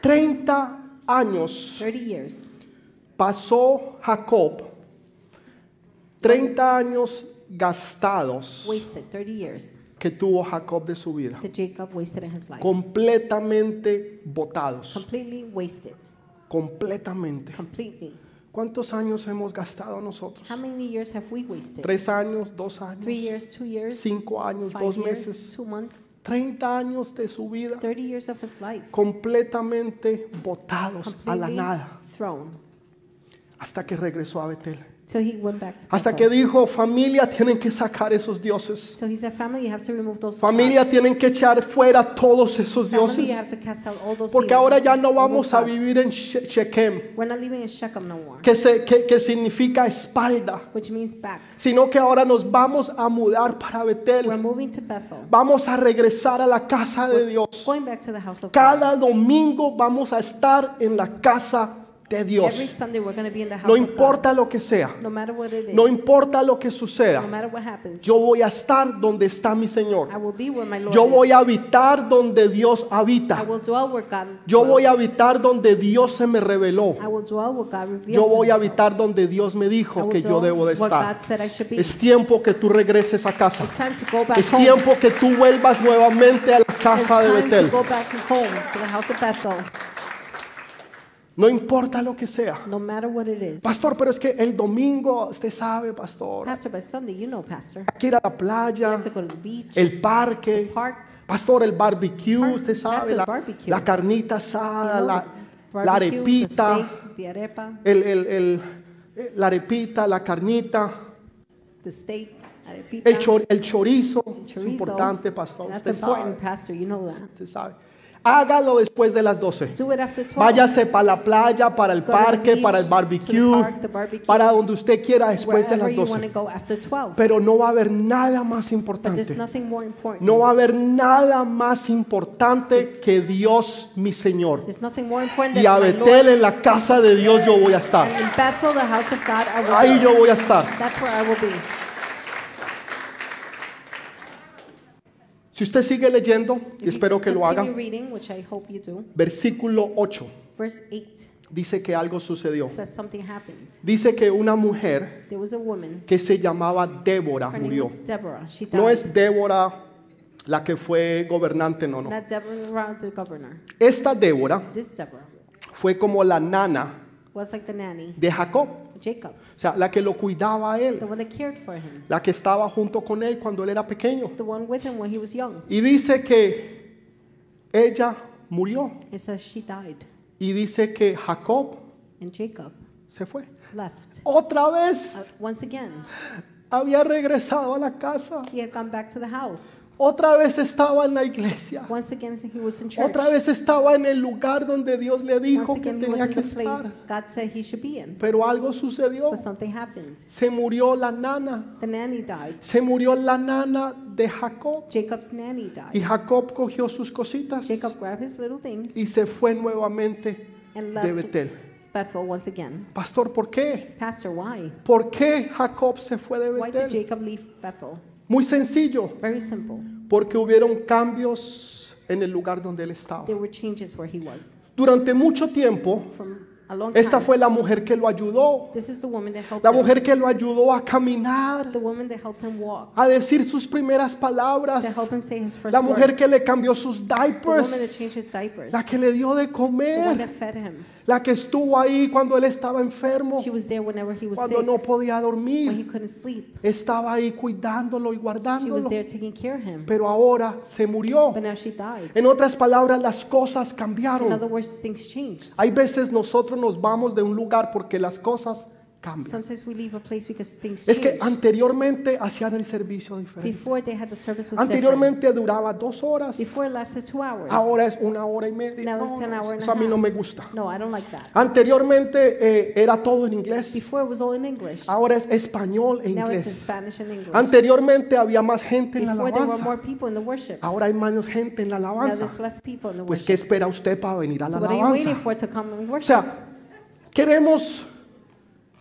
Treinta años 30 years. pasó Jacob 30 años gastados Wasted 30 years que tuvo Jacob de su vida, that Jacob wasted in his life. completamente botados, Completely wasted. completamente. Completely. ¿Cuántos años hemos gastado nosotros? How many years have we wasted? Tres años, dos años, Three years, two years, cinco años, five dos years, meses, two months, 30 años de su vida 30 years of his life. completamente botados a la Completely nada, thrown. hasta que regresó a Betel, Till he went back to hasta que Bethel. dijo familia tienen que sacar esos dioses. So he said, family, you have to remove those Familia, gods. tienen que echar fuera todos esos Family, you dioses. have to cast out all those Porque demons, ahora ya no all those vamos a gods. vivir en She- Shechem, We're not living in Shechem no more, que, se- que- que significa espalda, which means back. sino que ahora nos vamos a mudar para We're Betel. moving to Bethel, Vamos a regresar a la casa de Dios. going back to the house of God. Cada domingo vamos a estar en la casa de Every Dios. Sunday we're going to be in the house No of importa lo que sea, God. No matter what it is. no importa lo que no suceda, matter what happens. yo voy a estar donde está mi I Señor. will be where my Lord Yo voy is. a habitar donde Dios habita. I will dwell where God Yo dwells. voy a habitar donde Dios se me reveló. I will dwell where God revealed Yo voy a himself. habitar donde Dios me I dijo will que yo dwell debo de where estar. God said I should be. Es tiempo que tú regreses a casa. It's time to go back Es home. tiempo que tú vuelvas nuevamente a la It's casa de time to Betel. go back home to the house of Bethel, No importa lo que sea. no matter what it is. Pastor, pero es que el domingo, usted sabe, pastor, hay Pastor, by Sunday, you know, Pastor, que ir a la I playa, have to go to the beach, el parque. park, Pastor, el barbecue, Park. usted sabe, Pastor, la, barbecue. la carnita you asada, know, la, the la barbecue, the arepita, steak, the arepa, el- el- el- la arepita, la carnita. the uh, steak, arepita, El, chor- el chorizo and es chorizo. importante, pastor. That's Usted sabe, important, Pastor. You know that. usted sabe. Hágalo después de las 12. Do it after 12. Váyase para la playa, para el Go to the parque, beach, para el to the barbecue, park, the barbecue. para donde usted quiera después de Wherever las you want to 12. go after 12. Pero no va a haber nada más There's importante. nothing more important. No va a haber nada más importante que Dios, mi Señor. There's nothing more important Y a than my Betel, Lord. en la casa de Dios, yo voy a And estar. in Bethel, the house of God, I will Ahí be. yo voy a estar. That's where I will be. Si usted sigue leyendo, y If espero you que lo continue haga, reading, which I hope you do. versículo 8 Verse 8 dice que algo sucedió. says something happened. Dice que una mujer There was a woman. que se llamaba Débora Her name Ah, murió. was Deborah. She died. No es Débora la que fue gobernante, no, no. Not Deborah, the governor. Esta Débora This Deborah fue como la nana was like the nanny, de Jacob, Jacob, o sea, la que lo cuidaba a él, the one that cared for him, la que estaba junto con él cuando él era pequeño. the one with him when he was young. Y dice que ella murió It says she died, y dice que Jacob and Jacob se fue. left. Otra vez Uh, once again, había regresado a la casa, he had gone back to the house. otra vez estaba en la iglesia, Once again, he was in church. otra vez estaba en el lugar donde Dios le Once dijo que again, he was tenía in que the place Pues, estar. God said he should be in. Pero algo sucedió. But something happened. Se murió la nana. The nanny died. Se murió la nana de Jacob. Jacob's nanny Y died. Jacob cogió sus cositas Jacob grabbed his little things y se fue nuevamente and de left Betel. Bethel once again. Pastor, ¿por qué? Pastor, why? ¿Por qué Jacob se fue de Why did Betel? Jacob leave Bethel? Muy sencillo, Very simple. porque hubieron cambios en el lugar donde él estaba. There were changes where he was. Durante mucho tiempo, From a long esta time. fue la mujer que lo ayudó, This is the woman that helped la him. mujer que lo ayudó a caminar, The woman that helped him walk. a decir sus primeras To palabras, help him say his first la mujer words. que le cambió sus The woman that diapers, changed his diapers. la que le dio de The one comer, that fed him. la que estuvo ahí cuando él estaba enfermo, She was there whenever he was cuando sick, no podía when he dormir, couldn't sleep. estaba ahí cuidándolo y She was guardándolo, there taking care of him. pero ahora se murió. But now she died. En otras palabras, las cosas In other cambiaron. words, things changed. Hay veces nosotros nos vamos de un lugar porque las cosas cambian. Sometimes we leave a place because things Es que change. anteriormente hacían el servicio diferente. Before they had the service was different. Anteriormente duraba dos horas, Before it lasted two hours. ahora es una hora y media. Now No, it's an hour and eso a a mí no half. me gusta. No, I don't like that. Anteriormente eh, era todo en inglés, Before it was all in English. ahora es español e Now it's in inglés. Spanish and English. Anteriormente había más gente en la Before there were alabanza, more people in the worship. ahora hay menos gente en la Now alabanza. there's less people in the Pues worship. ¿qué espera usted para venir a la So what are you waiting alabanza? for to come and O worship? sea, queremos,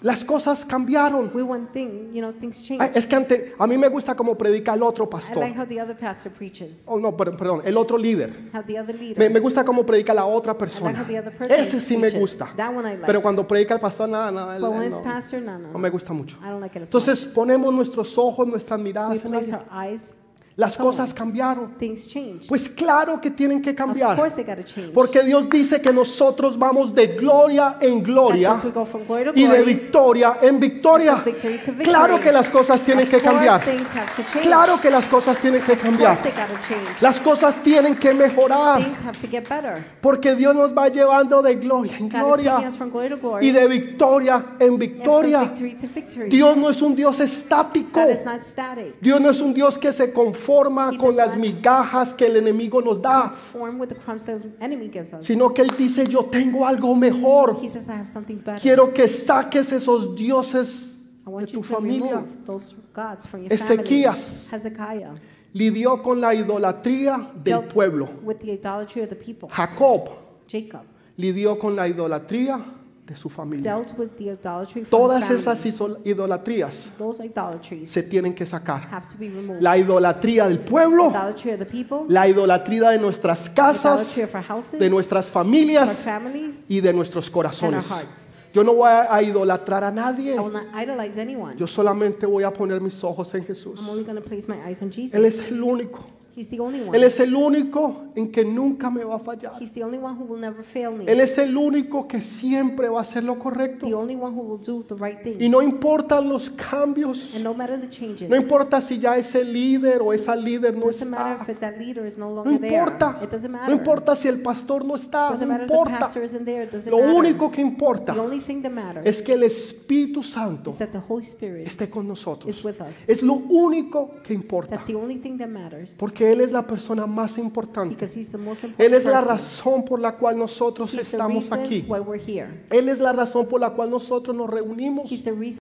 las cosas cambiaron. We want thing, you know, things change. Ay, I, Es que ante- a mí me gusta como predica el otro pastor. like how the other pastor preaches. Oh, no, per- perdón, el otro líder. How the other leader. Me, me gusta como predica la otra I like how persona. the other person Ese sí me preaches. gusta. That one I like. Pero cuando predica el pastor, nada, nada, él- but when él it's no, pastor, no, no, no no. me gusta mucho. I don't like it as much. Entonces ponemos nuestros ojos, nuestras We miradas en place él. our eyes. Las someone. cosas cambiaron. Things change. Pues claro que tienen que Of cambiar. course they got to change. Porque Dios dice que nosotros vamos de gloria en That's gloria since we go from glory to y de glory. victoria en victoria. From victory to victory. Claro que las cosas tienen of que course cambiar. things have to change. Claro que las cosas tienen que Of cambiar. course they got to change. Las cosas tienen que mejorar Things have to get better. porque Dios nos va llevando de gloria en God is taking gloria us from glory to glory. y de victoria en and victoria. from victory to victory. Dios no es un Dios estático. God is not static. Dios no es un Dios que se conforma He con does las not- migajas que el enemigo nos da, Form with the crumbs the enemy gives us. sino que Él dice, yo tengo algo mejor. He says, I have something better. Quiero que saques esos dioses I de want tu you to familia. remove those gods from your Ezequías. family. Hezekiah Lidió con la idolatría del dealt pueblo. with the idolatry of the people. Jacob Jacob lidió con la idolatría de su familia. dealt with the idolatry from Todas his esas family. iso- idolatrías Those idolatries se tienen que sacar. have to be removed. La idolatría del pueblo, idolatry of the people, la idolatría de nuestras casas, idolatry of our houses, de nuestras our familias families. y de nuestros corazones. And our hearts. Yo no voy a a idolatrar a nadie. I will not idolize anyone. Yo solamente voy a poner mis ojos en Jesús. I'm only going to place my eyes on Jesus. Él es el único. He's the only one. Él es el único en que nunca me va a fallar. He's the only one who will never fail me. Él es el único que siempre va a hacer lo correcto. the only one who will do the right thing. Y no importan los cambios. and no matter the changes, No importa si ya ese líder o esa líder no doesn't matter está. if that leader is no No longer importa. there. It doesn't matter. No importa si el pastor no está. doesn't No matter if the importa. pastor isn't there. It doesn't Lo matter. único que importa the only thing that matters es que el Espíritu Santo is that the Holy Spirit esté con nosotros. is with us. Es lo único que importa. That's the only thing that matters. Porque Porque Él es la persona más importante. because he's the most important Él es la person. razón por la cual nosotros He's the estamos reason aquí. why we're here. Él es la razón por la cual nosotros nos reunimos. He's the reason